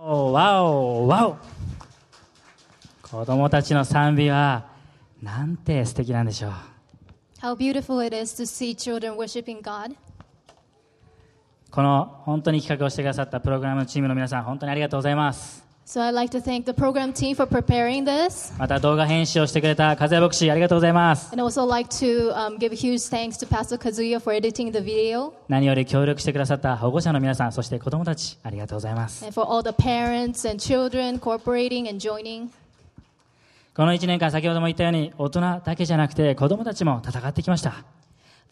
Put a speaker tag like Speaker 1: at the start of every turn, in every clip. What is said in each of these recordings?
Speaker 1: オワオワオ子供たちの賛美はなんて素敵なんでしょう
Speaker 2: How beautiful it is to see children worshiping God.
Speaker 1: この本当に企画をしてくださったプログラムチームの皆さん本当にありがとうございます
Speaker 2: So I'd like to thank the program team for preparing this,
Speaker 1: また動画編集をしてくれた風谷牧師ありがとうございます
Speaker 2: and also like to um, give a huge thanks to Pastor Kazuya for editing the video,
Speaker 1: 何より協力してくださった保護者の皆さんそして子供たちありがとうございます
Speaker 2: and for all the parents and children cooperating and joining.
Speaker 1: この1年間先ほども言ったように大人だけじゃなくて子供たちも戦ってきました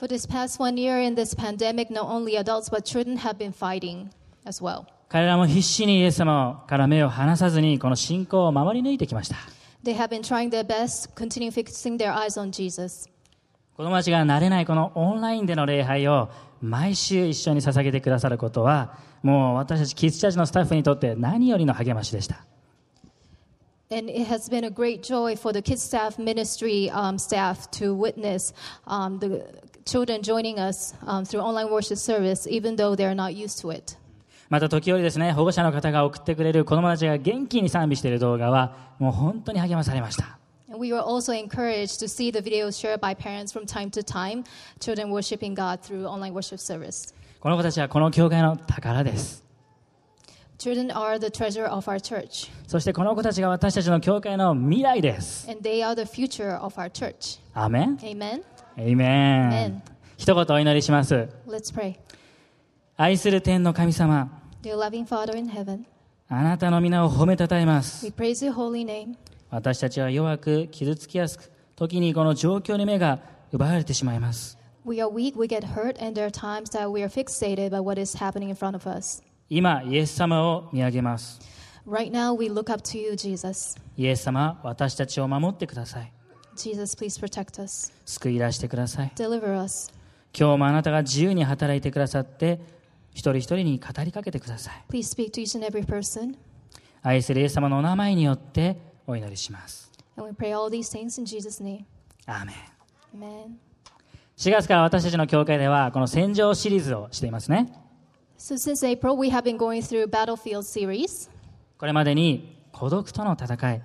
Speaker 2: For this past one year in this pandemic, not only adults but children have been fighting as well.
Speaker 1: 彼らも必死にイエス様から目を離さずにこの信仰を守り抜いてきました
Speaker 2: They have been trying their best, continue fixing their eyes on Jesus.
Speaker 1: 子供たちが慣れないこのオンラインでの礼拝を毎週一緒に捧げてくださることはもう私たちキッズチャージのスタッフにとって何よりの励ましでした
Speaker 2: And it has been a great joy for the kids staff ministry um, staff to witness um, the children joining us um, through online worship service, even though they're not used to it.
Speaker 1: また時折ですね保護者の方が送ってくれる子供たちが元気に賛美している動画はもう本当に励まされました
Speaker 2: And we were also encouraged to see the videos shared by parents from time to time, children worshiping God through online worship service.
Speaker 1: この子たちはこの教会の宝です
Speaker 2: Children are the treasure of our church,
Speaker 1: そしてこの子たちが私たちの教会の未来です
Speaker 2: and they are the future of our church.
Speaker 1: アーメン
Speaker 2: Amen.
Speaker 1: エイメン
Speaker 2: メン
Speaker 1: 一言お祈りします
Speaker 2: Let's pray.
Speaker 1: 愛する天の神様
Speaker 2: Dear loving Father in heaven,
Speaker 1: あなたの皆を褒めたたえます
Speaker 2: we praise your holy name.
Speaker 1: 私たちは弱く傷つきやすく時にこの状況に目が奪われてしまいます
Speaker 2: We are weak, we get hurt, and there are times that we are fixated by what is happening in front of us.
Speaker 1: 今イエス様を見上げます
Speaker 2: Right now, we look up to you, Jesus.
Speaker 1: イエス様私たちを守ってください
Speaker 2: Jesus, please protect us,
Speaker 1: 救い出してください
Speaker 2: deliver us.
Speaker 1: 今日もあなたが自由に働いてくださって一人一人に語りかけてください
Speaker 2: Please speak to each and every person.
Speaker 1: 愛するイエス様のお名前によってお祈りします
Speaker 2: And we pray all these things in Jesus' name.
Speaker 1: アーメン
Speaker 2: Amen.
Speaker 1: 4月から私たちの教会ではこの戦場シリーズをしていますね
Speaker 2: So, since April, we have been going through Battlefield series.
Speaker 1: これまでに孤独との戦い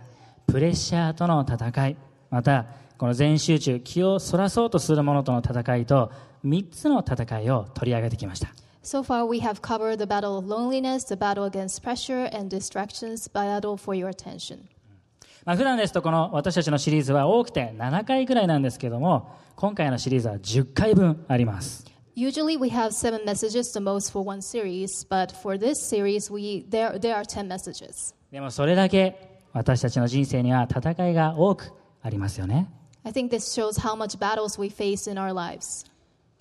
Speaker 1: プレッシャーとの戦いまたこの全集中気をそらそうとする者との戦いと3つの戦いを取り上げてきました
Speaker 2: So far, we have covered the battle of loneliness, the battle against pressure and distractions, battle for your attention.
Speaker 1: まあ普段ですとこの私たちのシリーズは多くて7回くらいなんですけども今回のシリーズは10回分あります
Speaker 2: Usually, we have seven messages, the most for one series, but for this series, we, there, there are 10 messages.
Speaker 1: でもそれだけ私たちの人生には戦いが多くありますよね
Speaker 2: I think this shows how much battles we face in our lives.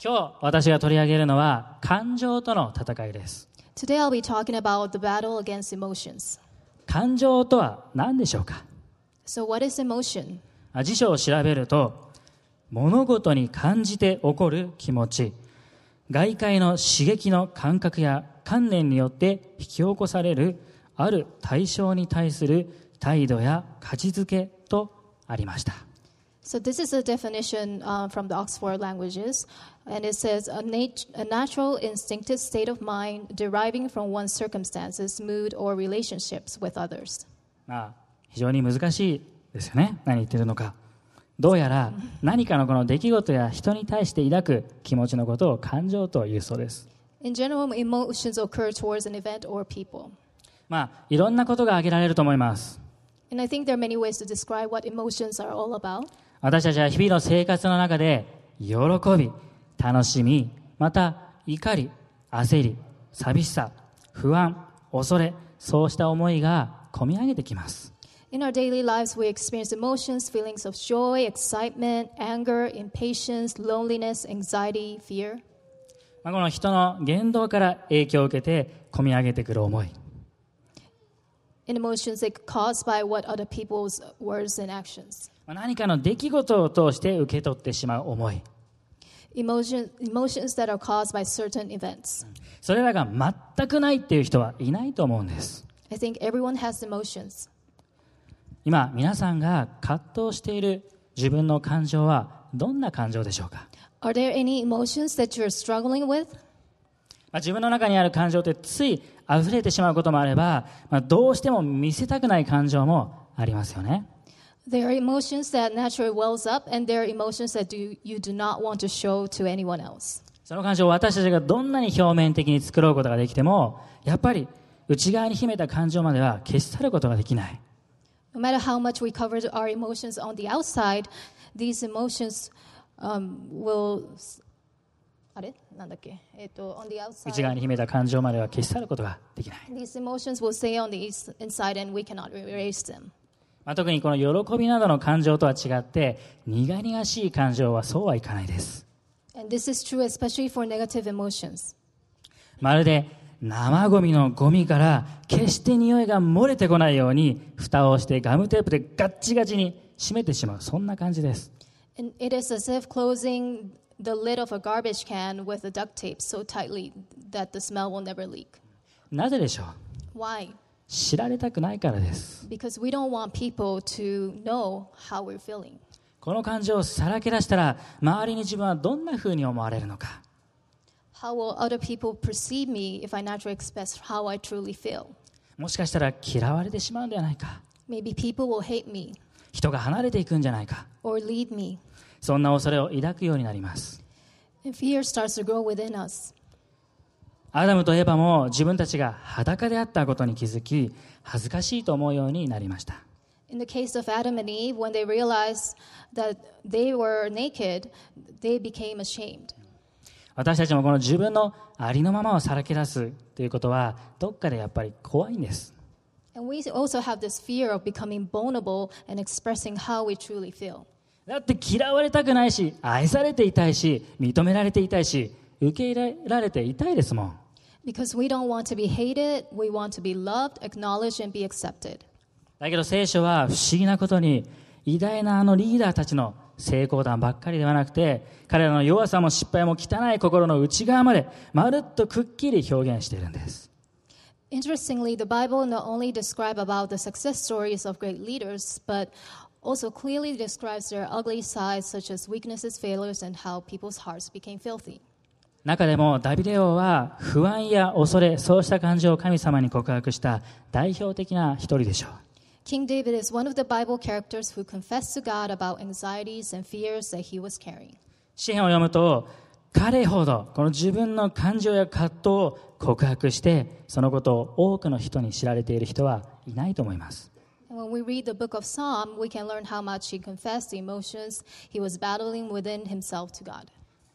Speaker 1: 今日私が取り上げるのは感情との戦いです
Speaker 2: Today, I'll be talking about the battle against emotions.
Speaker 1: 感情とは何でしょうか
Speaker 2: So, what is emotion?
Speaker 1: あ辞書を調べると物事に感じて起こる気持ち外界の刺激の感覚や観念によって引き起こされるある対象に対する態度や価値づけとありました
Speaker 2: So, this is a definition uh, from the Oxford Languages, and it says a, nat- a natural instinctive state of mind deriving from one's circumstances, mood, or relationships with others.
Speaker 1: まあ非常に難しいですよね何言ってるのかどうやら何かのこの出来事や人に対して抱く気持ちのことを感情というそうです
Speaker 2: In general, emotions occur towards an event or people.
Speaker 1: まあいろんなことが挙げられると思います
Speaker 2: And I think there are many ways to describe what emotions are all about.
Speaker 1: 私たちは日々の生活の中で喜び楽しみまた怒り焦り寂しさ不安恐れそうした思いが込み上げてきます
Speaker 2: In our daily lives, we experience emotions, feelings of joy, excitement, anger, impatience, loneliness, anxiety, fear.
Speaker 1: まあこの人の言動から影響を受けて込み上げてくる思い
Speaker 2: And emotions are caused by what other people's words and actions.
Speaker 1: まあ何かの出来事を通して受け取ってしまう思い
Speaker 2: Emotion, emotions that are caused by certain events.
Speaker 1: それらが全くないっていう人はいないと思うんです
Speaker 2: I think everyone has emotions.
Speaker 1: 今皆さんが葛藤している自分の感情はどんな感情でしょうか
Speaker 2: Are there any emotions that you're struggling with?
Speaker 1: ままあ、自分の中にある感情ってつい溢れてしまうこともあれば、まあ、どうしても見せたくない感情もありますよね。
Speaker 2: There are emotions that naturally wells up, and there are emotions that do, you do not want to show to anyone else.
Speaker 1: その感情を私たちがどんなに表面的に作ろうことができても、やっぱり内側に秘めた感情までは消し去ることができない。
Speaker 2: No matter how much we cover our emotions on the outside, these emotions um, will. あれなんだっけえっと on the
Speaker 1: 内側
Speaker 2: outside.
Speaker 1: に秘めた感情までは消し去ることができない。
Speaker 2: These emotions will stay on the is- inside, and we cannot e-, erase them.
Speaker 1: まあ、特にこの喜びなどの感情とは違って、苦々しい感情はそうはいかないです。
Speaker 2: And this is true especially for negative emotions.
Speaker 1: まるで生ゴミのゴミから決して匂いが漏れてこないように蓋をしてガムテープでガッチガチに閉めてしまうそんな感じです
Speaker 2: And it is as if closing the lid of a garbage can with a duct tape so tightly that the smell will never leak.
Speaker 1: なぜでしょう
Speaker 2: Why?
Speaker 1: 知られたくないからです
Speaker 2: Because we don't want people to know how we're feeling.
Speaker 1: この感情をさらけ出したら周りに自分はどんな風に思われるのか
Speaker 2: How will other people perceive me if I naturally express how I truly feel?
Speaker 1: もしかしたら嫌われてしまうんではないか
Speaker 2: Maybe people will hate me
Speaker 1: 人が離れていくんじゃないか
Speaker 2: or leave me.
Speaker 1: そんな恐れを抱くようになります
Speaker 2: And fear starts to grow within us.
Speaker 1: アダムとエヴァも自分たちが裸であったことに気づき恥ずかしいと思うようになりました
Speaker 2: In the case of Adam and Eve, when they realized that they were naked, they became ashamed.
Speaker 1: 私たちもこの自分のありのままをさらけ出すということはどっかでやっぱり怖いんです
Speaker 2: And we also have this fear of becoming vulnerable and expressing how we truly feel.
Speaker 1: だって嫌われたくないし愛されていたいし認められていたいし受け入れられていたいですもん
Speaker 2: Because we don't want to be hated, we want to be loved, acknowledged, and be accepted.
Speaker 1: だけど聖書は不思議なことに偉大なあのリーダーたちの成功談ばっかりではなくて彼らの弱さも失敗も汚い心の内側までまるっとくっきり表現しているんです
Speaker 2: Interestingly, the Bible not only describes about the success stories of great leaders, but also clearly describes their ugly sides, such as weaknesses, failures, and how people's hearts became filthy.
Speaker 1: 中でもダビデ王は不安や恐れそうした感情を神様に告白した代表的な一人でしょう
Speaker 2: King David is one of the Bible characters who confessed to God about anxieties and fears that he was carrying.
Speaker 1: 詩篇を読むと彼ほどこの自分の感情や葛藤を告白してそのことを多くの人に知られている人はいないと思います
Speaker 2: And when we read the book of Psalm, we can learn how much he confessed the emotions he was battling within himself to God.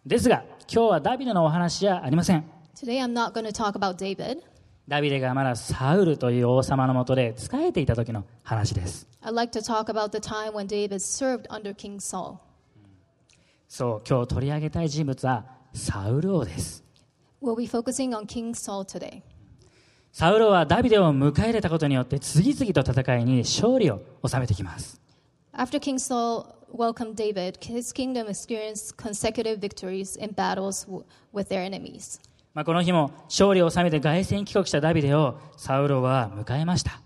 Speaker 1: ですが今日はダビデのお話じゃありません
Speaker 2: Today, I'm not going to talk about David.
Speaker 1: ダビデがまだサウルという王様のもとで仕えていた時の話です
Speaker 2: I'd like to talk about the time when David served under King Saul.
Speaker 1: そう今日取り上げたい人物はサウル王です
Speaker 2: We'll be focusing on King Saul today.
Speaker 1: サウル王はダビデを迎え入れたことによって次々と戦いに勝利を収めてきます
Speaker 2: After King Saul welcomed David, his kingdom experienced consecutive victories in battles w- with their enemies.
Speaker 1: まあ、この日も勝利を収めて凱旋帰国したダビデをサウル王は迎えました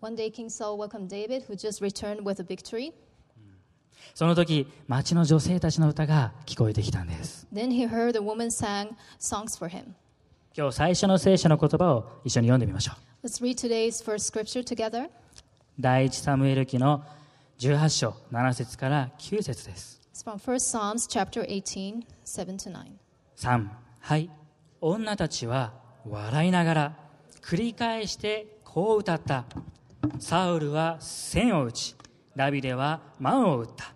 Speaker 2: One day, King Saul welcomed David, who just returned with a victory.
Speaker 1: その時町の女性たちの歌が聞こえてきたんです
Speaker 2: Then he heard a woman sang songs for him.
Speaker 1: 今日最初の聖書の言葉を一緒に読んでみましょう
Speaker 2: Let's read today's first scripture together.
Speaker 1: 第一サムエル記の18章7節から9節です
Speaker 2: It's from 1 Psalms chapter 18, 7 to 9.
Speaker 1: 3はい女たちは笑いながら繰り返してこう歌ったサウルは千を打ちダビデは万を打った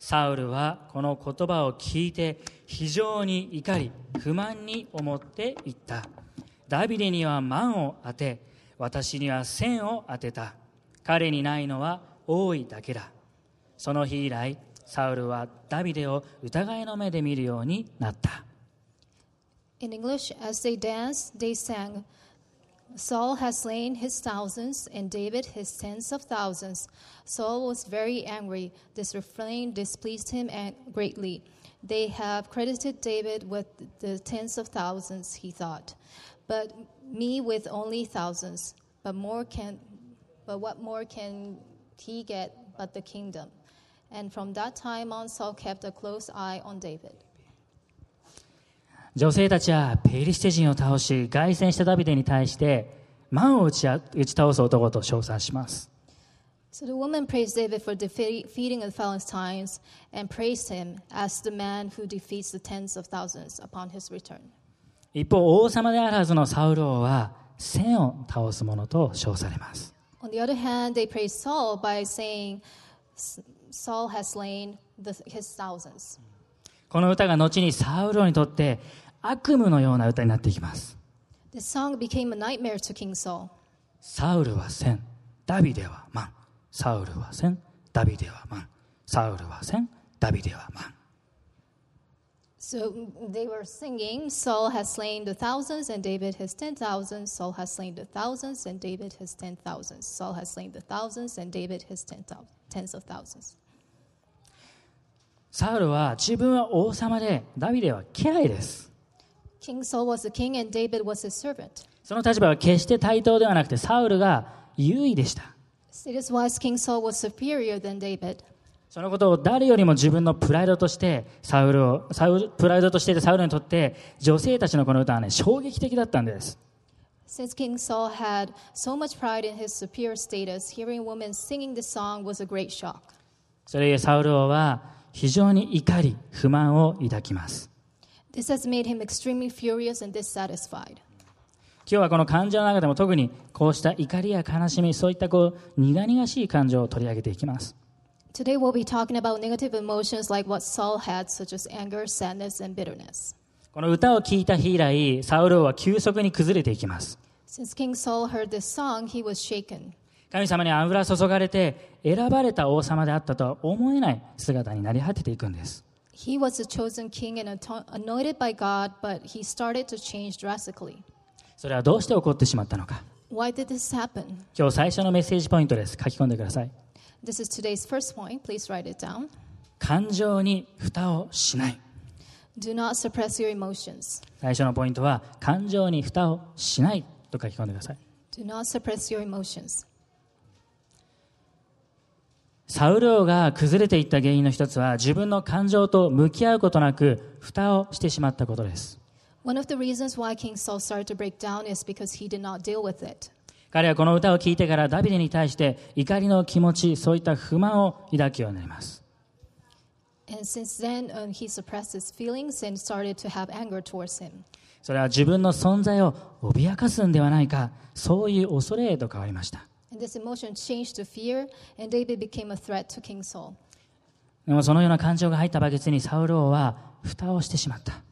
Speaker 1: サウルはこの言葉を聞いて非常に怒り不満に思って言ったダビデには万を当て私には千を当てた彼にないのは多いだけだその日以来サウルはダビデを疑いの目で見るようになった
Speaker 2: In English, as they danced, they sang, Saul has slain his thousands, and David his tens of thousands. Saul was very angry. This refrain displeased him an- greatly. They have credited David with the tens of thousands, he thought, but me with only thousands. But more can, but what more can he get but the kingdom? And from that time on, Saul kept a close eye on David.
Speaker 1: 女性たちはペリシテ人を倒し、凱旋したダビデに対して、満を打ちあ打ち倒す男と称賛します。
Speaker 2: So the woman praised David for defe- defeating the Philistines and praised him as the man who defeats the tens of thousands upon his return.
Speaker 1: 一方、王様であるはずのサウル王は、千を倒す者と称されます。
Speaker 2: On the other hand, they praised Saul by saying, "S- Saul has slain the, his thousands.
Speaker 1: この歌が後にサウル王にとって悪夢のような歌になっていきます。
Speaker 2: The song became a nightmare to King Saul.
Speaker 1: サウルは千、ダビデは万。サウルは千、ダビデは万。サウルは千、ダビデは万。
Speaker 2: So they were singing, Saul has slain the thousands and David his ten thousands. Saul has slain the thousands and David his ten thousands. Saul has slain the thousands and David his ten thou- tens of thousands.
Speaker 1: サウルは自分は王様で、ダビデは家来です。
Speaker 2: King Saul was the king and David was his servant.
Speaker 1: その立場は決して対等ではなくて、サウルが優位でした。
Speaker 2: Status wise, King Saul was superior than David.
Speaker 1: そのことを誰よりも自分のプライドとして、サウルを、サウル、プライドとしていたサウルにとって、女性たちのこの歌はね、衝撃的だったんです。
Speaker 2: Since King Saul had so much pride in his superior status, hearing women singing this song was a great shock.
Speaker 1: それゆえサウル王は、非常に怒り、不満を抱きます。
Speaker 2: This has made him extremely furious and dissatisfied.
Speaker 1: 今日はこの感情の中でも特にこうした怒りや悲しみそういったこう苦々しい感情を取り上げていきます
Speaker 2: Today we'll be talking about negative emotions like what Saul had, such as anger, sadness, and bitterness.
Speaker 1: この歌を聴いた日以来サウル王は急速に崩れていきます
Speaker 2: Since King Saul heard this song, he was shaken.
Speaker 1: 神様に油注がれて選ばれた王様であったとは思えない姿になり果てていくんです
Speaker 2: He was a chosen king and ato- anointed by God, but he started to change drastically.
Speaker 1: それはどうして起こってしまったのか
Speaker 2: Why did this happen?
Speaker 1: 今日最初のメッセージポイントです書き込んでください
Speaker 2: This is today's first point. Please write it down.
Speaker 1: 感情に蓋をしない
Speaker 2: Do not suppress your emotions.
Speaker 1: 最初のポイントは感情に蓋をしないと書き込んでください
Speaker 2: Do not suppress your emotions.
Speaker 1: サウル王が崩れていった原因の一つは自分の感情と向き合うことなく蓋をしてしまったことです。
Speaker 2: One of the reasons why King Saul started to break down is because he did not deal with it.
Speaker 1: 彼はこの歌を聴いてからダビデに対して怒りの気持ち、そういった不満を抱くようになります。
Speaker 2: And since then, um, he suppressed his feelings and started to have anger towards him.
Speaker 1: それは自分の存在を脅かすんではないか、そういう恐れへと変わりました。
Speaker 2: And this emotion changed to fear, and David became a threat to King Saul.
Speaker 1: でもそのような感情が入ったバケツにサウル王は蓋をしてしまった。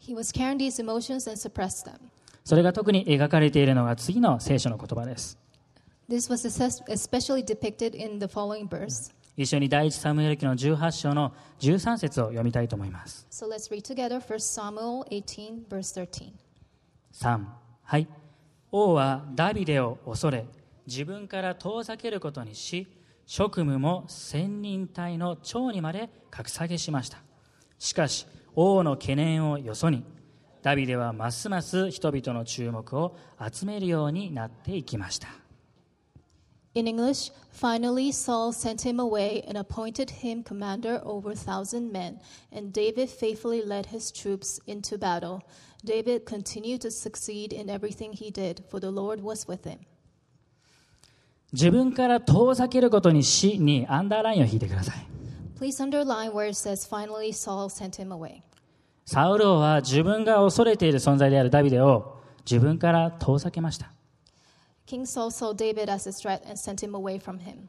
Speaker 2: He was carrying these emotions and suppressed them.
Speaker 1: それが特に描かれているのが次の聖書の言葉です。
Speaker 2: This was es- especially depicted in the following verse.
Speaker 1: 一緒に第一サムエル記の18章の13節を読みたいと思います。
Speaker 2: So let's read together 1 Samuel 18, verse 13.
Speaker 1: 3はい王はダビデを恐れ自分から遠ざけることにし職務も千人隊の長にまで格下げしましたしかし王の懸念をよそにダビデはますます人々の注目を集めるようになっていきました
Speaker 2: In English, finally Saul sent him away and appointed him commander over a thousand men, and David faithfully led his troops into battle. David continued to succeed in everything he did, for the Lord was with him.
Speaker 1: 自分から遠ざけることにしにアンダーラインを引いてください
Speaker 2: Please underline where it says, finally Saul sent him away.
Speaker 1: サウル王は自分が恐れている存在であるダビデを自分から遠ざけました
Speaker 2: King Saul saw David as a threat and sent him away from him.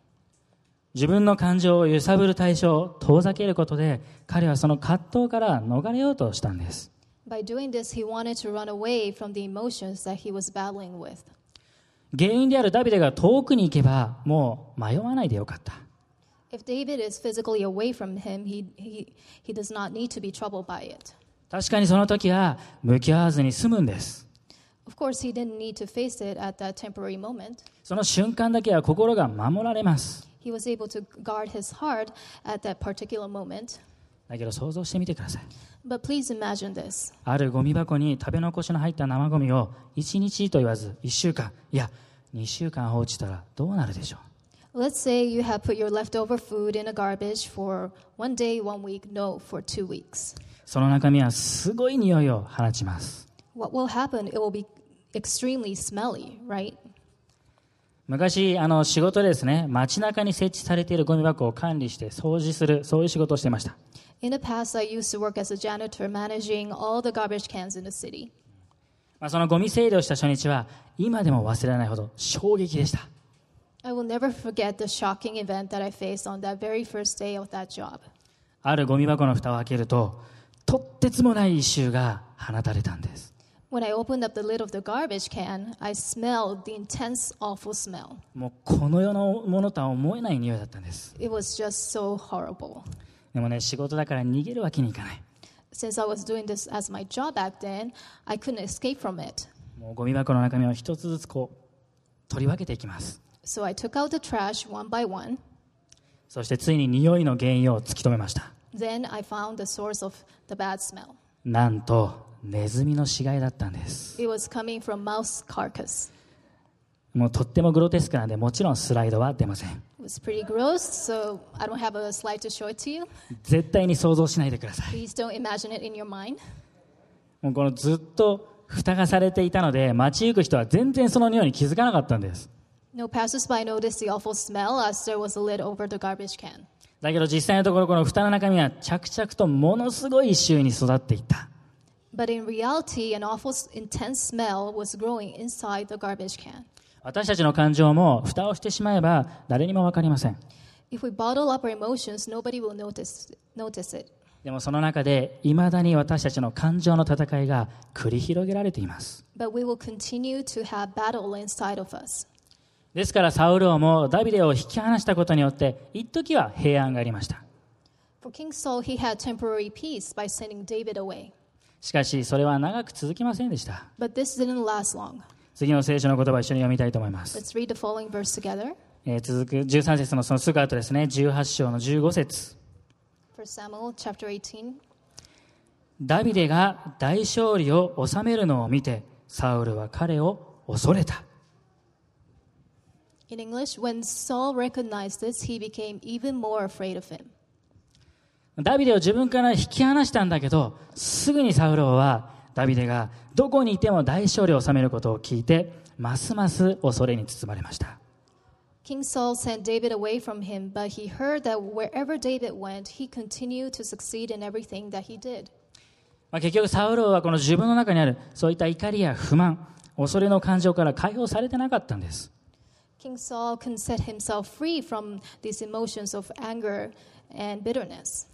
Speaker 1: 自分の感情を揺さぶる対象を遠ざけることで彼はその葛藤から逃れようとしたんです
Speaker 2: By doing this, he wanted to run away from the emotions that he was battling with.
Speaker 1: 原因であるダビデが遠くに行けばもう迷わないでよかった
Speaker 2: If David is physically away from him, he, he, he does not need to be troubled by it.
Speaker 1: 確かにその時は向き合わずに済むんです
Speaker 2: Of course, he didn't need to face it at that temporary moment.
Speaker 1: その瞬間だけは心が守られます
Speaker 2: He was able to guard his heart at that particular moment.
Speaker 1: だけど想像してみてください
Speaker 2: But please imagine this.
Speaker 1: あるゴミ箱に食べ残しの入った生ゴミを1日と言わず1週間いや2週間放置したらどうなるでしょう
Speaker 2: Let's say you have put your leftover food in a garbage for one day, one week, no, for two weeks.
Speaker 1: その中身はすごい匂いを放ちます
Speaker 2: What will happen? It will be extremely smelly, right?
Speaker 1: 昔あの仕事でですね街中に設置されているゴミ箱を管理して掃除するそういう仕事をしてました
Speaker 2: In the past, I used to work as a janitor managing all the garbage cans in the city.
Speaker 1: まあ、そのゴミ整理をした初日は今でも忘れられないほど衝撃でした
Speaker 2: I will never forget the shocking event that I faced on that very first day of that job.
Speaker 1: あるゴミ箱の蓋を開けるととってつもない異臭が放たれたんです
Speaker 2: When I opened up the lid of the garbage can, I smelled the intense, awful smell.
Speaker 1: もうこの世のものとは思えない匂いだったんです
Speaker 2: It was just so horrible.
Speaker 1: でもね仕事だから逃げるわけにいかない
Speaker 2: Since I was doing this as my job back then, I couldn't escape from it.
Speaker 1: もうゴミ箱の中身を一つずつこう取り分けていきます
Speaker 2: So I took out the trash one by one.
Speaker 1: そしてついに匂いの原因を突き止めました
Speaker 2: Then I found the source of the bad smell.
Speaker 1: なんとネズミの死骸だったんです
Speaker 2: It was coming from mouse carcass.
Speaker 1: もうとってもグロテスクなんでもちろんスライドは出ません
Speaker 2: It was pretty gross, so I don't have a slide to show it to you.
Speaker 1: 絶対に想像しないでください
Speaker 2: Please don't imagine it in your mind.
Speaker 1: もうこのずっと蓋がされていたので街行く人は全然その匂いに気づかなかったんです
Speaker 2: No passersby noticed the awful smell as there was a lid over the garbage can.
Speaker 1: だけど実際のところこの蓋の中身は着々とものすごい周囲に育っていった
Speaker 2: But in reality, an awful, s- intense smell was growing inside the garbage can.
Speaker 1: 私たちの感情も蓋をしてしまえば誰にも分かりません
Speaker 2: If we bottle up our emotions, nobody will notice, notice it.
Speaker 1: でもその中でいまだに私たちの感情の戦いが繰り広げられています
Speaker 2: But we will continue to have battle inside of us.
Speaker 1: ですからサウル王もダビデを引き離したことによって一時は平安がありました
Speaker 2: For King Saul, he had temporary peace by sending David away.
Speaker 1: しかしそれは長く続きませんでした
Speaker 2: But this didn't last long.
Speaker 1: 次の聖書の言葉を一緒に読みたいと思います
Speaker 2: Let's read the following verse together.
Speaker 1: えー続く13節のそのすぐ後ですね18章の15節
Speaker 2: 1 Samuel chapter 18.
Speaker 1: ダビデが大勝利を収めるのを見てサウルは彼を恐れた
Speaker 2: In English, when Saul recognized this, he became even more afraid of him.
Speaker 1: ダビデを自分から引き離したんだけどすぐにサウル王はダビデがどこにいても大勝利を収めることを聞いてますます恐れに包まれました
Speaker 2: King Saul sent David away from him, but he heard that wherever David went, he continued to succeed in everything that he did.
Speaker 1: まあ、結局サウル王はこの自分の中にあるそういった怒りや不満恐れの感情から解放されてなかったんです
Speaker 2: King Saul can set himself free from these emotions of anger and bitterness.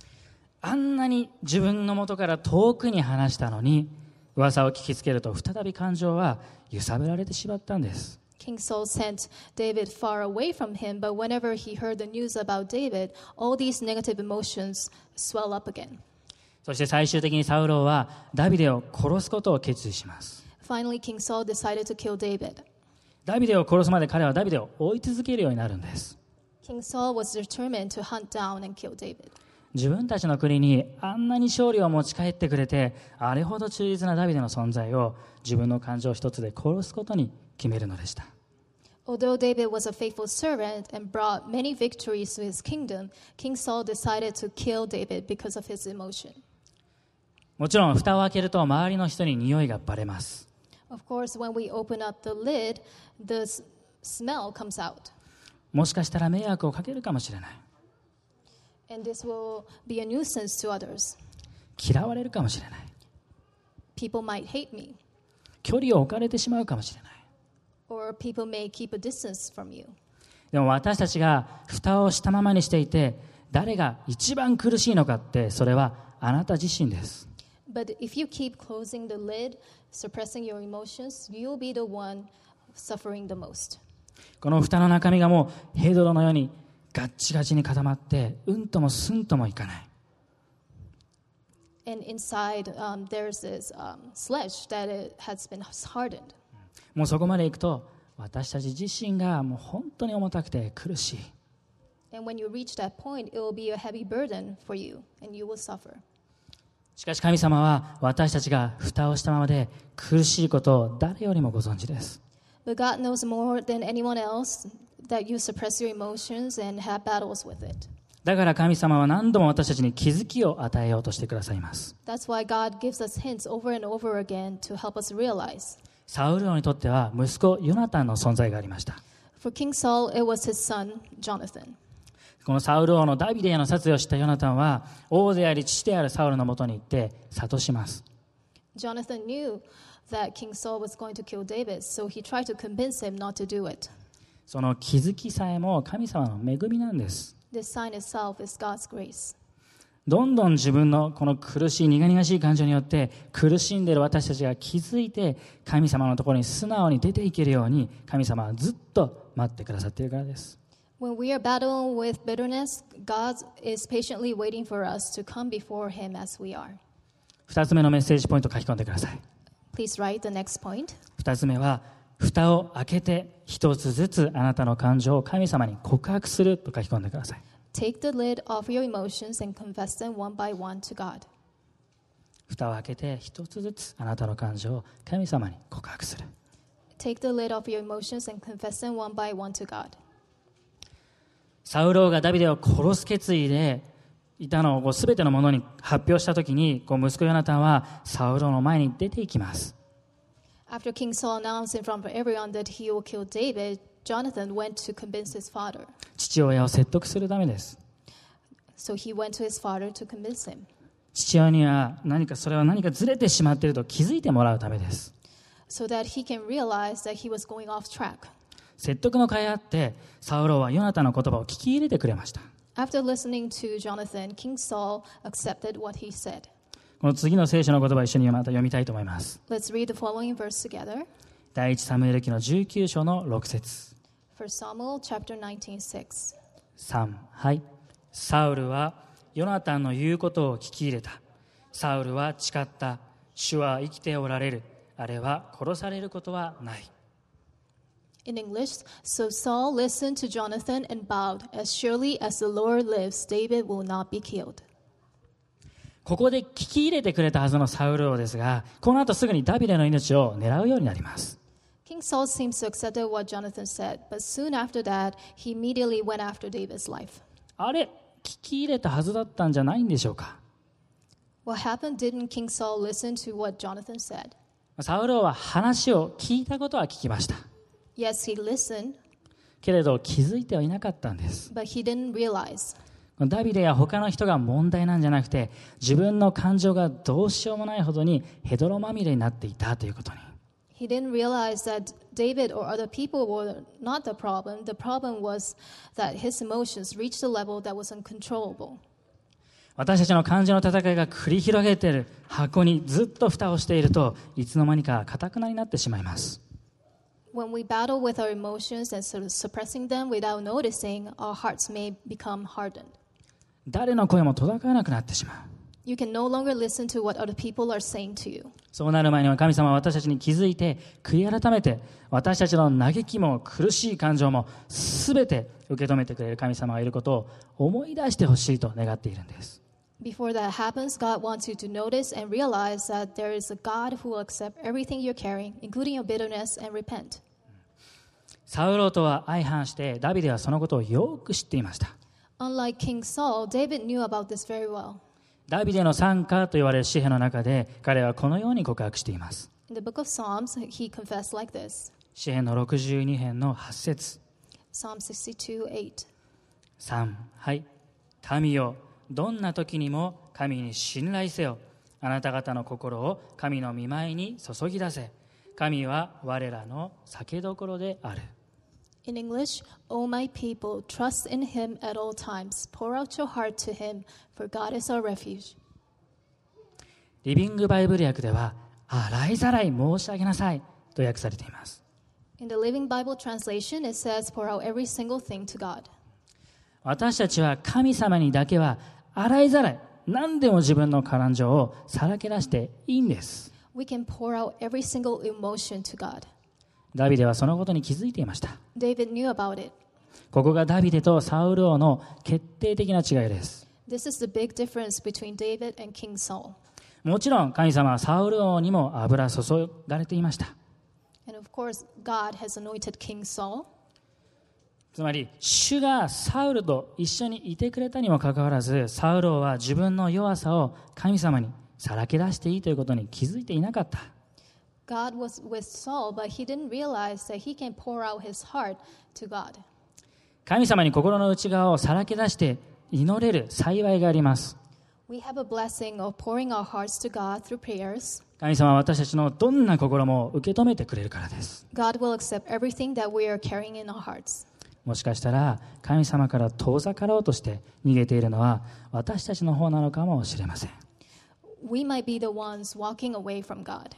Speaker 1: あんなに自分の元から遠くに離したのに噂を聞きつけると再び感情は揺さぶられてしまったんです
Speaker 2: King Saul sent David far away from him, but whenever he heard the news about David, all these negative emotions swell up again.
Speaker 1: そして最終的にサウロはダビデを殺すことを決意します
Speaker 2: Finally, King Saul decided to kill David.
Speaker 1: ダビデを殺すまで彼はダビデを追い続けるようになるんです
Speaker 2: King Saul was determined to hunt down and kill David.
Speaker 1: 自分たちの国にあんなに勝利を持ち帰ってくれてあれほど忠実なダビデの存在を自分の感情一つで殺すことに決めるのでした
Speaker 2: Although David was a faithful servant and brought many victories to his kingdom, King Saul decided to kill David because of his emotion.
Speaker 1: もちろん蓋を開けると周りの人に匂いがバレます
Speaker 2: Of course, when we open up the lid, the s- smell comes out,
Speaker 1: もしかしたら迷惑をかけるかもしれない
Speaker 2: and this will be a nuisance to others.
Speaker 1: 嫌われるかもしれない
Speaker 2: People might hate me,
Speaker 1: 距離を置かれてしまうかもしれない
Speaker 2: or people may keep a distance from you.
Speaker 1: でも私たちが蓋をしたままにしていて誰が一番苦しいのかってそれはあなた自身です
Speaker 2: But if you keep closing the lid, suppressing your emotions, you'll be the one suffering the most.
Speaker 1: この蓋の中身がもうヘドロのようにガッチガチに固まってうんともすんともいかない
Speaker 2: And inside, um, there's this um, sledge that it has been hardened.
Speaker 1: もうそこまでいくと私たち自身がもう本当に重たくて苦しい
Speaker 2: And when you reach that point, it will be a heavy burden for you, and you will suffer.
Speaker 1: しかし神様は私たちが蓋をしたままで苦しいことを誰よりもご存知です
Speaker 2: But God knows more than anyone else that you suppress your emotions and have battles with it.
Speaker 1: だから神様は何度も私たちに気づきを与えようとしてくださいます。
Speaker 2: That's why God gives us hints over and over again to help us realize.
Speaker 1: サウル王にとっては息子ヨナタンの存在がありました。
Speaker 2: For King Saul, it was his son, Jonathan.
Speaker 1: このサウル王のダビデへの殺意を知ったヨナタンは王であり父であるサウルのもとに行って諭します。
Speaker 2: Jonathan knew that King Saul was going to kill David, so he tried to convince him not to do it.
Speaker 1: その気づきさえも神様の恵みなんです。
Speaker 2: This sign itself is God's grace.
Speaker 1: どんどん自分のこの苦しい苦々しい感情によって苦しんでいる私たちが気づいて神様のところに素直に出ていけるように神様はずっと待ってくださっているからです。
Speaker 2: When we are battling with bitterness, God is patiently waiting for us to come before Him as we are.
Speaker 1: 二つ目のメッセージポイント書き込んでください。
Speaker 2: Please write the next point.
Speaker 1: 二つ目は蓋を開けて一つずつあなたの感情を神様に告白すると書き込んでください。
Speaker 2: Take the lid off your emotions and confess them one by one to God.
Speaker 1: 蓋を開けて一つずつあなたの感情を神様に告白する
Speaker 2: Take the lid off your emotions and confess them one by one to God.
Speaker 1: サウロがダビデを殺す決意でいたのをこう全てのものに発表した時にこう息子ヨナタンはサウロの前に出ていきます
Speaker 2: After King Saul announced in front of everyone that he will kill David, Jonathan went to convince his father.
Speaker 1: 父親を説得するためです
Speaker 2: So he went to his father to convince him.
Speaker 1: 父親には何かそれは何かずれてしまっていると気づいてもらうためです
Speaker 2: so that he can realize that he was going off track.
Speaker 1: 説得の会があってサウロはヨナタンの言葉を聞き入れてくれました
Speaker 2: After listening to Jonathan, King Saul accepted what he said.
Speaker 1: この次の聖書の言葉を一緒にまた読みたいと思います
Speaker 2: Let's read the following verse together.
Speaker 1: 第一サムエル記の19章の6節
Speaker 2: 1 Samuel chapter 19, 6.
Speaker 1: 3はいサウルはヨナタンの言うことを聞き入れたサウルは誓った主は生きておられるあれは殺されることはない
Speaker 2: In English, so Saul listened to Jonathan and bowed, As surely as the Lord lives, David will not be killed.
Speaker 1: ここで聞き入れてくれたはずのサウル王ですがこの後すぐにダビデの命を狙うようになります
Speaker 2: King Saul seems to accept what Jonathan said, but soon after that, he immediately went after David's life.
Speaker 1: あれ聞き入れたはずだったんじゃないんでしょうか
Speaker 2: What happened? Didn't King Saul listen to what Jonathan said?
Speaker 1: サウル王は話を聞いたことは聞きました
Speaker 2: Yes, he listened,
Speaker 1: けれど気づいてはいなかったんです
Speaker 2: but he didn't realize.
Speaker 1: ダビデや他の人が問題なんじゃなくて自分の感情がどうしようもないほどにヘドロまみれになっていたということに
Speaker 2: He didn't realize that David or other people were not the problem. The problem was that his emotions reached a level that was uncontrollable.
Speaker 1: 私たちの感情の戦いが繰り広げている箱にずっと蓋をしているといつの間にか固くなになってしまいます
Speaker 2: When we battle with our emotions and sort of suppressing them without noticing, our hearts may become hardened.
Speaker 1: 誰の声も届かなくなってしまう
Speaker 2: You can no longer listen to what other people are saying to you.
Speaker 1: そうなる前には神様は私たちに気づいて悔い改めて私たちの嘆きも苦しい感情も全て受け止めてくれる神様がいることを思い出してほしいと願っているんです
Speaker 2: Before that happens, God wants you to notice and realize that there is a God who will accept everything you're carrying, including your bitterness, and repent.
Speaker 1: サウロとは相反してダビデはそのことをよく知っていました
Speaker 2: Unlike King Saul, David knew about this very well.
Speaker 1: ダビデの参加と言われる詩篇の中で彼はこのように告白しています
Speaker 2: In the book of Psalms, he confessed like this
Speaker 1: 詩篇の62編の8節
Speaker 2: Psalm 62 8.
Speaker 1: 3はい民よどんな時にも神に信頼せよあなた方の心を神の見舞いに注ぎ出せ神は我らの酒どころである
Speaker 2: In English, O my people, trust in him at all times. Pour out your heart to him, for God is our refuge.
Speaker 1: リビングバイブル訳では洗いざらい申し上げなさいと訳されています
Speaker 2: In the Living Bible translation, it says, Pour out every single thing to God.
Speaker 1: 私たちは神様にだけは洗いざらい何でも自分の感情をさらけ出していいんです
Speaker 2: We can pour out every single emotion to God.
Speaker 1: ダビデはそのことに気づいていました
Speaker 2: David knew about it.
Speaker 1: ここがダビデとサウル王の決定的な違いです
Speaker 2: This is the big difference between David and King Saul.
Speaker 1: もちろん神様はサウル王にも油注がれていました
Speaker 2: And of course, God has anointed King Saul.
Speaker 1: つまり主がサウルと一緒にいてくれたにもかかわらずサウロは自分の弱さを神様にさらけ出していいということに気づいていなかった
Speaker 2: God was with Saul, but he didn't realize that he can pour out his heart to God.
Speaker 1: 神様に心の内側をさらけ出して祈れる幸いがあります
Speaker 2: We have a blessing of pouring our hearts to God through prayers.
Speaker 1: 神様は私たちのどんな心も受け止めてくれるからです
Speaker 2: God will accept everything that we are carrying in our hearts.
Speaker 1: もしかしたら神様から遠ざかろうとして逃げているのは私たちの方なのかもしれません
Speaker 2: We might be the ones walking away from God,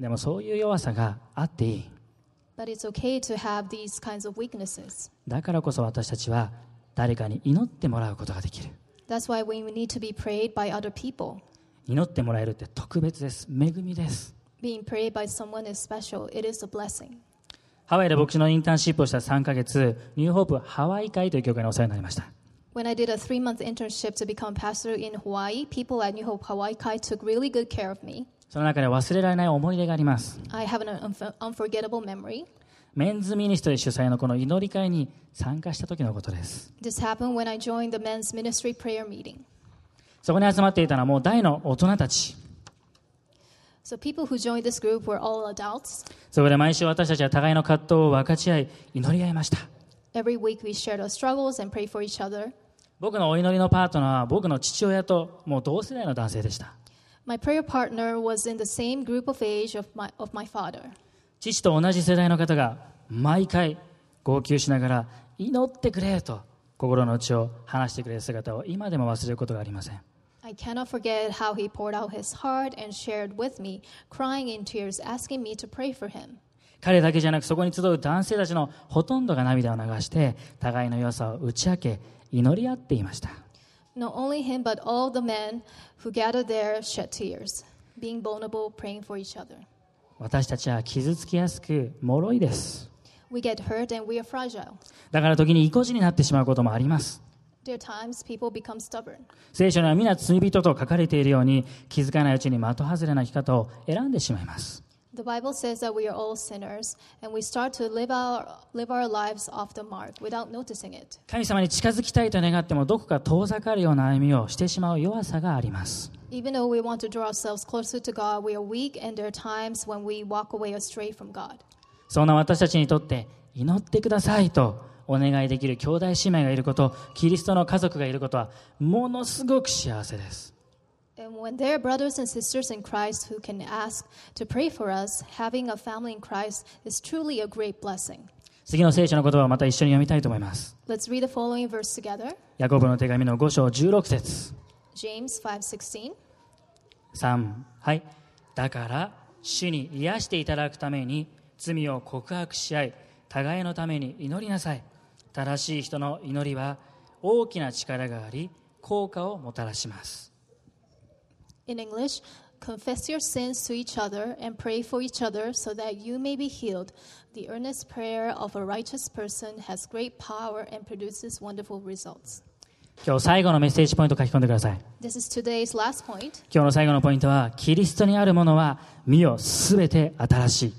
Speaker 1: でもそういう弱さがあっていい
Speaker 2: but it's okay to have these kinds of weaknesses.
Speaker 1: だからこそ私たちは誰かに祈ってもらうことができる
Speaker 2: That's why we need to be prayed by other people.
Speaker 1: 祈ってもらえるって特別です恵みです
Speaker 2: Being prayed by someone is special, it is a blessing.
Speaker 1: ハワイで牧師のインターンシップをした3ヶ月ニューホープハワイ会という教会にお世話になりました
Speaker 2: When I did a three month internship to become pastor in Hawaii, people at New Hope Hawaii Kai took really good care of me.
Speaker 1: その中で忘れられない思い出があります
Speaker 2: I have an unf- unforgettable memory.
Speaker 1: メンズミニストリー主催のこの祈り会に参加した時のことです
Speaker 2: This happened when I joined the men's ministry prayer meeting.
Speaker 1: そこに集まっていたのはもう大の大人たち
Speaker 2: So people who joined this group were all adults.
Speaker 1: そこで毎週私たちは互いの葛藤を分かち合い祈り合いました
Speaker 2: Every week we shared our struggles and prayed for each other.
Speaker 1: 僕のお祈りのパートナーは僕の父親ともう同世代の男性でした
Speaker 2: My prayer partner was in the same group of age of my, of my father.
Speaker 1: 父と同じ世代の方が毎回号泣しながら祈ってくれと心の内を話してくれる姿を今でも忘れることがありません
Speaker 2: I cannot forget how he poured out his heart and shared with me, crying in tears, asking me to pray for him.
Speaker 1: 彼だけじゃなくそこに集う男性たちのほとんどが涙を流して互いの良さを打ち明け祈り合っていました
Speaker 2: Not only him, but all the men who gathered there shed tears, being vulnerable, praying for each other.
Speaker 1: 私たちは傷つきやすく脆いです
Speaker 2: We get hurt and we are fragile.
Speaker 1: だから時に意固地になってしまうこともあります
Speaker 2: There are times people become stubborn.
Speaker 1: 聖書には皆罪人と書かれているように気づかないうちに的外れな生き方を選んでしまいます
Speaker 2: The Bible says that we are all sinners and we start to live our, live our lives off the mark without noticing it.
Speaker 1: 神様に近づきたいと願ってもどこか遠ざかるような歩みをしてしまう弱さがあります
Speaker 2: Even though we want to draw ourselves closer to God, we are weak and there are times when we walk away astray from God.
Speaker 1: そんな私たちにとって祈ってくださいとお願いできる兄弟姉妹がいることキリストの家族がいることはものすごく幸せです
Speaker 2: And when there are brothers and sisters in Christ who can ask to pray for us, having a family in Christ is truly a great blessing.
Speaker 1: 次の聖書の言葉をまた一緒に読みたいと思います
Speaker 2: Let's read the following verse together.
Speaker 1: ヤコブの手紙の5章16節
Speaker 2: James 5:16.
Speaker 1: 3はいだから主に癒していただくために罪を告白し合い互いのために祈りなさい正しい人の祈りは大きな力があり効果をもたらします
Speaker 2: In English, confess your sins to each other and pray for each other so that you may be healed. The earnest prayer of a righteous person has great power and produces wonderful results.
Speaker 1: 今日最後のメッセージポイント書き込んでください
Speaker 2: This is today's last point.
Speaker 1: 今日の最後のポイントはキリストにあるものは身をすべて新しい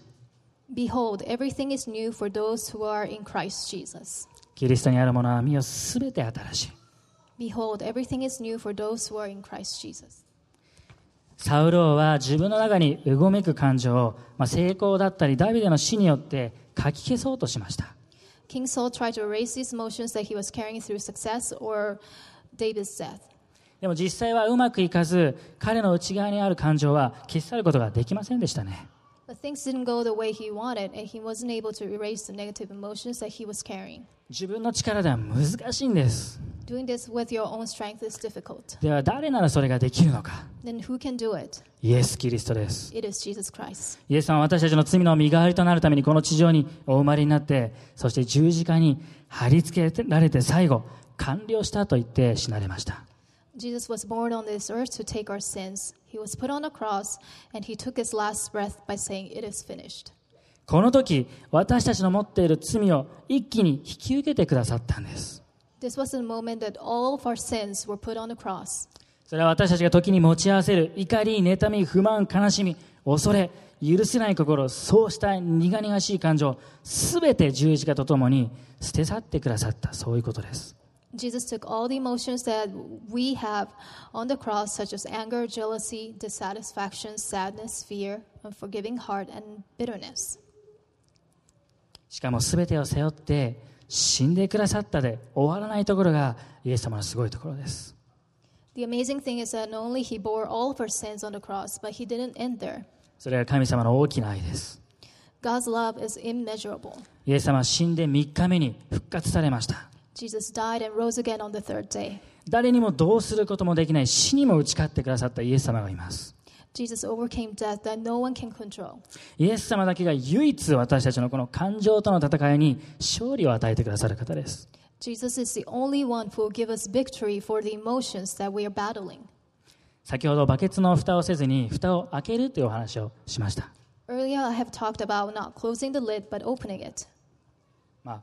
Speaker 2: Behold, everything is new for those who are in Christ Jesus.
Speaker 1: キリストにあるものは身をすべて新しい
Speaker 2: Behold, everything is new for those who are in Christ Jesus.
Speaker 1: サウローは自分の中にうごめく感情を、まあ、成功だったりダビデの死によってかき消そうとしました
Speaker 2: King Saul tried to erase these emotions that he was carrying through success or David's death.
Speaker 1: でも実際はうまくいかず彼の内側にある感情は消し去ることができませんでしたね
Speaker 2: But things didn't go the way he wanted, and he wasn't able to erase the negative emotions that he was carrying.
Speaker 1: 自分の力では難しいんです
Speaker 2: Doing this with your own strength is difficult.
Speaker 1: では誰ならそれができるのか
Speaker 2: Then who can do it?
Speaker 1: イエス・キリストです
Speaker 2: It is Jesus Christ.
Speaker 1: イエスさんは私たちの罪の身代わりとなるためにこの地上にお生まれになってそして十字架に貼り付けられて最後完了したと言って死なれました
Speaker 2: Jesus was born on this earth to take our sins. He was put on a cross, and he took his last breath by saying, It is finished.
Speaker 1: この時私たちの持っている罪を一気に引き受けてくださったんです
Speaker 2: This was the moment that all of our sins were put on the cross.
Speaker 1: それは私たちが時に持ち合わせる怒り、妬み、不満、悲しみ、恐れ許せない心そうした苦々しい感情すべて十字架とともに捨て去ってくださったそういうことです
Speaker 2: Jesus took all the emotions that we have on the cross, such as anger, jealousy, dissatisfaction, sadness, fear, unforgiving heart, and bitterness.
Speaker 1: しかもすべてを背負って死んでくださったで終わらないところがイエス様のすごいところです
Speaker 2: The amazing thing is that not only he bore all of our sins on the cross, but he didn't end there.
Speaker 1: それが神様の大きな愛です
Speaker 2: God's love is immeasurable.
Speaker 1: イエス様は死んで3日目に復活されました
Speaker 2: Jesus died and rose again on the third day.
Speaker 1: 誰にもどうすることもできない死にも打ち勝ってくださったイエス様がいます
Speaker 2: Jesus overcame death that no one can control.
Speaker 1: イエス様だけが唯一私たちのこの感情との戦いに勝利を与えてくださる方です
Speaker 2: Jesus is the only one who will give us victory for the emotions that we are battling.
Speaker 1: 先ほどバケツの蓋をせずに蓋を開けるというお話をしました
Speaker 2: Earlier, I have talked about not closing the lid but opening it.
Speaker 1: まあ、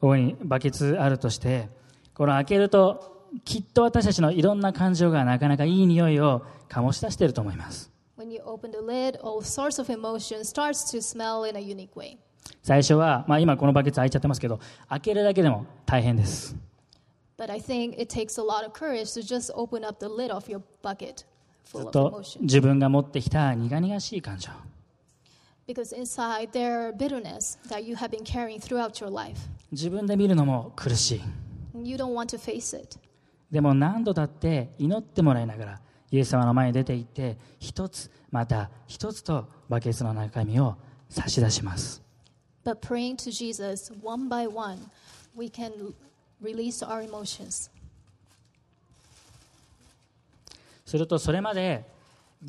Speaker 1: ここにバケツあるとしてこの開けるときっと私たちのいろんな感情がなかなかいい匂いを醸し出していると思います
Speaker 2: When you open the lid, all sorts of emotion starts to smell in a unique way.
Speaker 1: 最初は、まあ、今このバケツ開いちゃってますけど開けるだけでも大変です
Speaker 2: But I think it takes a lot of courage to just open up the lid of your bucket
Speaker 1: ずっ
Speaker 2: full of
Speaker 1: と
Speaker 2: emotion.
Speaker 1: 自分が持ってきた苦々しい感情
Speaker 2: Because inside there are bitterness that you have been carrying throughout your life.
Speaker 1: 自分で見るのも苦しい
Speaker 2: And you don't want to face it.
Speaker 1: でも何度だって祈ってもらいながらイエス様の前に出て行って一つまた一つとバケツの中身を差し出します
Speaker 2: But praying to Jesus one by one, we can release our emotions.
Speaker 1: するとそれまで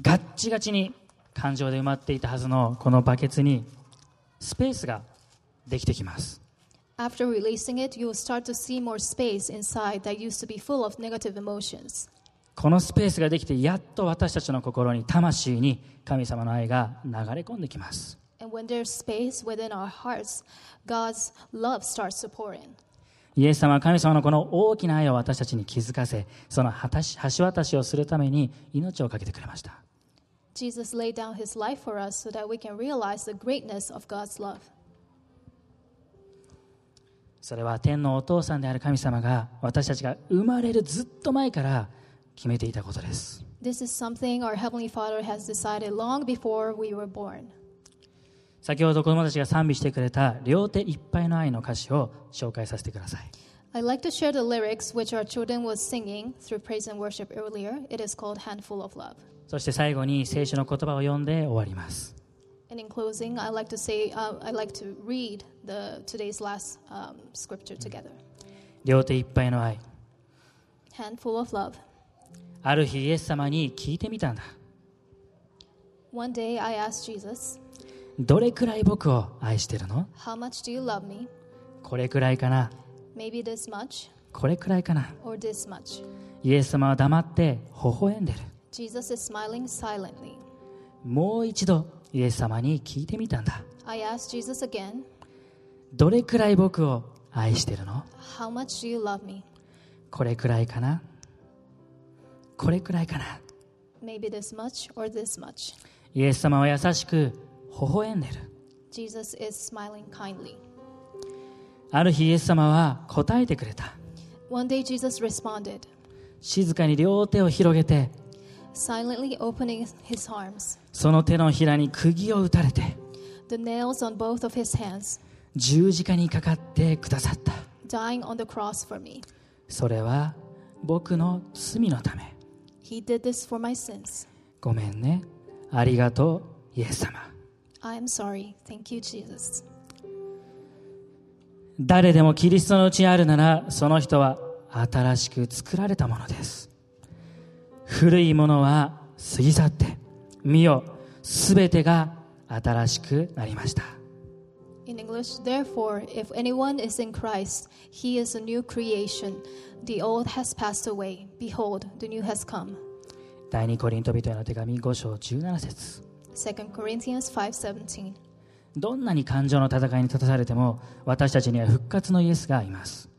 Speaker 1: ガッチガチに感情で埋まっていたはずのこのバケツにスペースができてきます
Speaker 2: After releasing it, you will start to see more space inside that used to be full of negative emotions.
Speaker 1: このスペースができてやっと私たちの心に魂に神様の愛が流れ込んできます
Speaker 2: And when there's space within our hearts, God's love starts to pour in.
Speaker 1: イエス様は神様のこの大きな愛を私たちに気づかせその果たし橋渡しをするために命を懸けてくれました
Speaker 2: Jesus laid down his life for us so that we can realize the greatness of God's love.
Speaker 1: それは天のお父さんである神様が私たちが生まれるずっと前から決めていたことです
Speaker 2: This is something our Heavenly Father has decided long before we were born.
Speaker 1: 先ほど子供たちが賛美してくれた両手いっぱいの愛の歌詞を紹介させてください
Speaker 2: I'd like to share the lyrics which our children was singing through praise and worship earlier. It is called Handful of Love.
Speaker 1: そして最後に聖書の言葉を読んで終わります
Speaker 2: And in closing, I'd like to say, uh, I'd like to read the, today's last um, scripture together.
Speaker 1: 両手いっぱいの愛
Speaker 2: Handful of Love.
Speaker 1: ある日イエス様に聞いてみたんだ
Speaker 2: One day I asked Jesus,
Speaker 1: どれくらい僕を愛してるの
Speaker 2: How much do you love me?
Speaker 1: これくらいかな
Speaker 2: Maybe this much
Speaker 1: これくらいかな
Speaker 2: or this much.
Speaker 1: イエス様は黙って微笑んでる
Speaker 2: Jesus is smiling silently.
Speaker 1: もう一度イエス様に聞いてみたんだ
Speaker 2: I asked Jesus again,
Speaker 1: どれくらい僕を愛してるの
Speaker 2: How much do you love me?
Speaker 1: これくらいかなこれくらいかな
Speaker 2: Maybe this much or this much.
Speaker 1: イエス様は優しく微笑んでる
Speaker 2: Jesus is smiling kindly.
Speaker 1: ある日イエス様は答えてくれた
Speaker 2: One day Jesus responded,
Speaker 1: 静かに両手を広げて
Speaker 2: silently opening his arms.
Speaker 1: その手のひらに釘を打たれて
Speaker 2: The nails on both of his hands,
Speaker 1: 十字架にかかってくださった
Speaker 2: dying on the cross for me.
Speaker 1: それは僕の罪のため
Speaker 2: He did this for my sins.
Speaker 1: ごめんねありがとうイエス様
Speaker 2: I am sorry. Thank you, Jesus.
Speaker 1: 誰でもキリストのうちにあるならその人は新しく作られたものです古いものは過ぎ去って見よすべてが新しくなりました
Speaker 2: In English, therefore, if anyone is in Christ, he is a new creation. The old has passed away. Behold, the new has come.
Speaker 1: 第2コリント人への手紙5章17節
Speaker 2: 2 Corinthians 5:17.
Speaker 1: どんなに感情の戦いに立たされても私たちには復活のイエスがいます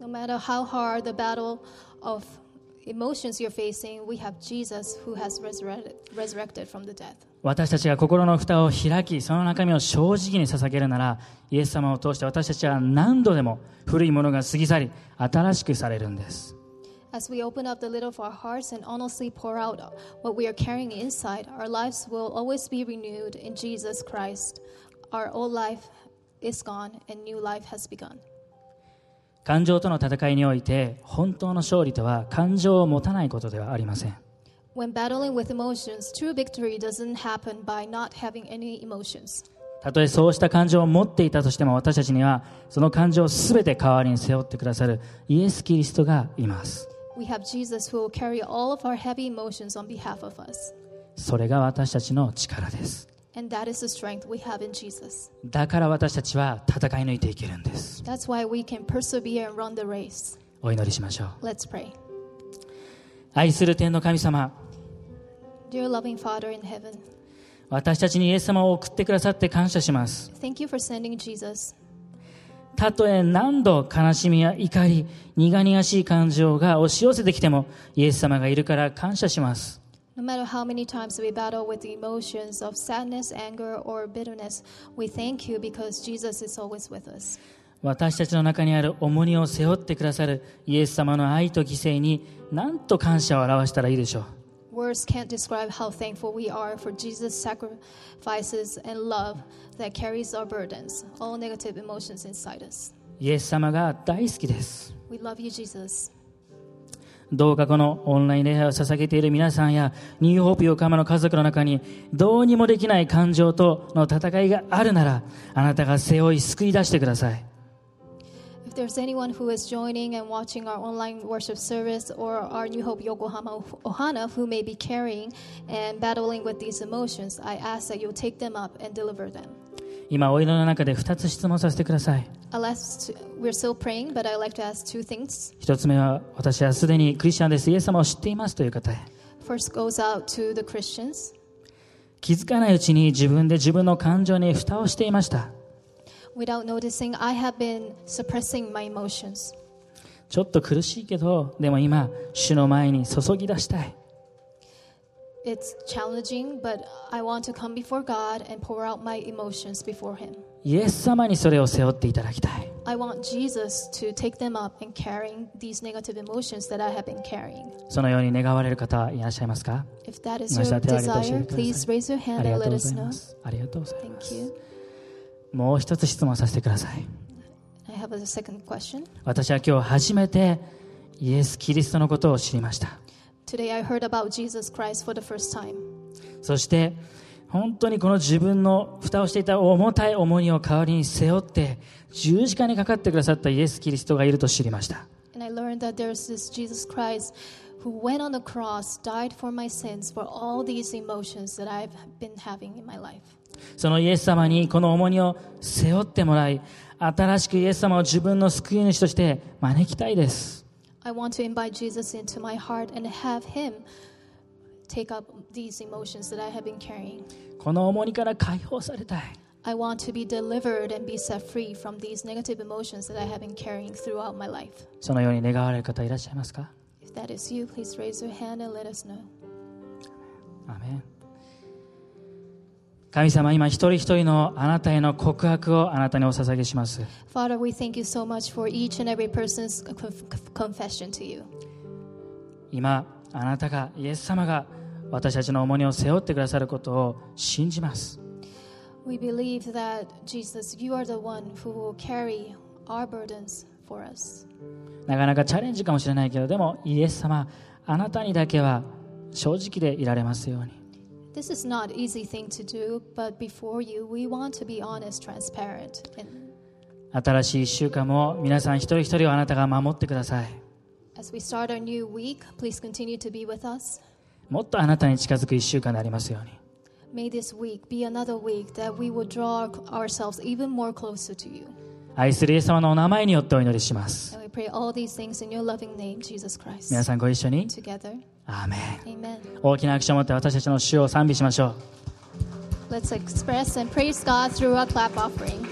Speaker 2: No matter how hard the battle of emotions you're facing, we have Jesus who has resurrected, resurrected from the death.
Speaker 1: 私たちが心の蓋を開き、その中身を正直に捧げるなら、イエス様を通して私たちは何度でも古いものが過ぎ去り、新しくされるんです。
Speaker 2: As we open up the lid of our hearts and honestly pour out what we are carrying inside, our lives will always be renewed in Jesus Christ. Our old life is gone and new life has begun.
Speaker 1: 感情との戦いにおいて、本当の勝利とは感情を持たないことではありません。
Speaker 2: When battling with emotions, true victory doesn't happen by not having any emotions.
Speaker 1: たとえそうした感情を持っていたとしても私たちにはその感情を全て代わりに背負ってくださるイエス・キリストがいます。
Speaker 2: We have Jesus who will carry all of our heavy emotions on behalf of us.
Speaker 1: それが私たちの力です。
Speaker 2: And that is the strength we have in Jesus.
Speaker 1: だから私たちは戦い抜いていけるんです。
Speaker 2: That's why we can persevere and run the race.
Speaker 1: お祈りしましょう。
Speaker 2: Let's pray.
Speaker 1: 愛する天の神様、
Speaker 2: Dear loving Father in heaven,
Speaker 1: 私たちにイエス様を送ってくださって感謝します。
Speaker 2: thank you for sending Jesus.
Speaker 1: たとえ何度悲しみや怒り、苦々しい感情が押し寄せてきても、イエス様がいるから感謝します。
Speaker 2: No matter how many times we battle with the emotions of sadness, anger, or bitterness, we thank you because Jesus is always with us.
Speaker 1: 私たちの中にある重荷を背負ってくださるイエス様の愛と犠牲に何と感謝を表したらいいでしょう
Speaker 2: Words can't describe how thankful we are for Jesus' sacrifices and love that carries our burdens, all negative emotions inside us.
Speaker 1: イエス様が大好きです
Speaker 2: We love you, Jesus.
Speaker 1: どうかこのオンライン礼拝を捧げている皆さんやニューホープ横浜の家族の中にどうにもできない感情との戦いがあるならあなたが背負い救い出してください
Speaker 2: If there's anyone who is joining and watching our online worship service or our New Hope Yokohama Ohana who may be carrying and battling with these emotions, I ask that you take them up and deliver them.
Speaker 1: 今お祈りの中で2つ質問させてください
Speaker 2: I'll ask to, we're still praying, but I'd like to ask two things.
Speaker 1: 1つ目は私はすでにクリスチャンですイエス様を知っていますという方へ
Speaker 2: First goes out to the Christians.
Speaker 1: 気づかないうちに自分で自分の感情に蓋をしていました
Speaker 2: Without noticing, I have been suppressing my emotions.
Speaker 1: ちょっと苦しいけど、でも今、主の前に注ぎ出したい。
Speaker 2: It's challenging, but I want to come before God and pour out my emotions before Him.
Speaker 1: イエス様にそれを背負っていただきたい。
Speaker 2: I want Jesus to take them up and carrying these negative emotions that I have been carrying.
Speaker 1: そのように願われる方いらっしゃいますか
Speaker 2: If that is
Speaker 1: 皆さ
Speaker 2: your
Speaker 1: ん手を挙げて教え
Speaker 2: desire,
Speaker 1: てください
Speaker 2: please raise your
Speaker 1: あ
Speaker 2: hand
Speaker 1: り
Speaker 2: and
Speaker 1: がとう
Speaker 2: let
Speaker 1: ご
Speaker 2: us
Speaker 1: ざい
Speaker 2: know.
Speaker 1: ます。ありがとうございま
Speaker 2: Thank
Speaker 1: す。
Speaker 2: you.
Speaker 1: もう一つ質問させてください。
Speaker 2: I have a second question.
Speaker 1: 私は今日初めてイエス・キリストのことを知りました。
Speaker 2: Today I heard about Jesus Christ for the first time.
Speaker 1: そして、本当にこの自分の蓋をしていた重たい重荷を代わりに背負って十字架にかかってくださったイエス・キリストがいると知りました。
Speaker 2: And I learned that there's this Jesus Christ who went on the cross, died for my sins, for all these emotions that I've been having in my life.
Speaker 1: そのイエス様にこの重荷を背負ってもらい、新しくイエス様を自分の救い主として招きたいです。
Speaker 2: I want to invite Jesus into my heart and have him take up these emotions that I have been carrying.
Speaker 1: この重荷から解放されたい。
Speaker 2: I want to be delivered and be set free from these negative emotions that I have been carrying throughout my life.
Speaker 1: そのように願われる方いらっしゃいますか
Speaker 2: If that is you, please raise your hand and let us know.
Speaker 1: アーメン神様、今一人一人のあなたへの告白をあなたにお捧げします。
Speaker 2: Father, we thank you so much for each and every person's conf- conf- confession to you.
Speaker 1: 今、あなたが、イエス様が私たちの重荷を背負ってくださることを信じます。
Speaker 2: We believe that, Jesus, you are the one who will carry our burdens for us.
Speaker 1: なかなかチャレンジかもしれないけど、でもイエス様、あなたにだけは正直でいられますように。
Speaker 2: This is not easy thing to do, but before you, we want to be honest, transparent, and
Speaker 1: 新しい1週間も皆さん一人一人をあなたが守ってください
Speaker 2: as we start our new week, please continue to be with us.
Speaker 1: もっとあなたに近づく1週間でありますように
Speaker 2: May this week be another week that we will draw ourselves even more closer to you.
Speaker 1: 愛するイエス様のお名前によってお祈りします
Speaker 2: And we pray all these things in your loving name, Jesus Christ.
Speaker 1: 皆さんご一緒に
Speaker 2: Together.
Speaker 1: アーメン
Speaker 2: Amen.
Speaker 1: 大きな拍手を持って私たちの主を賛美しましょう
Speaker 2: Let's express and praise God through our clap offering.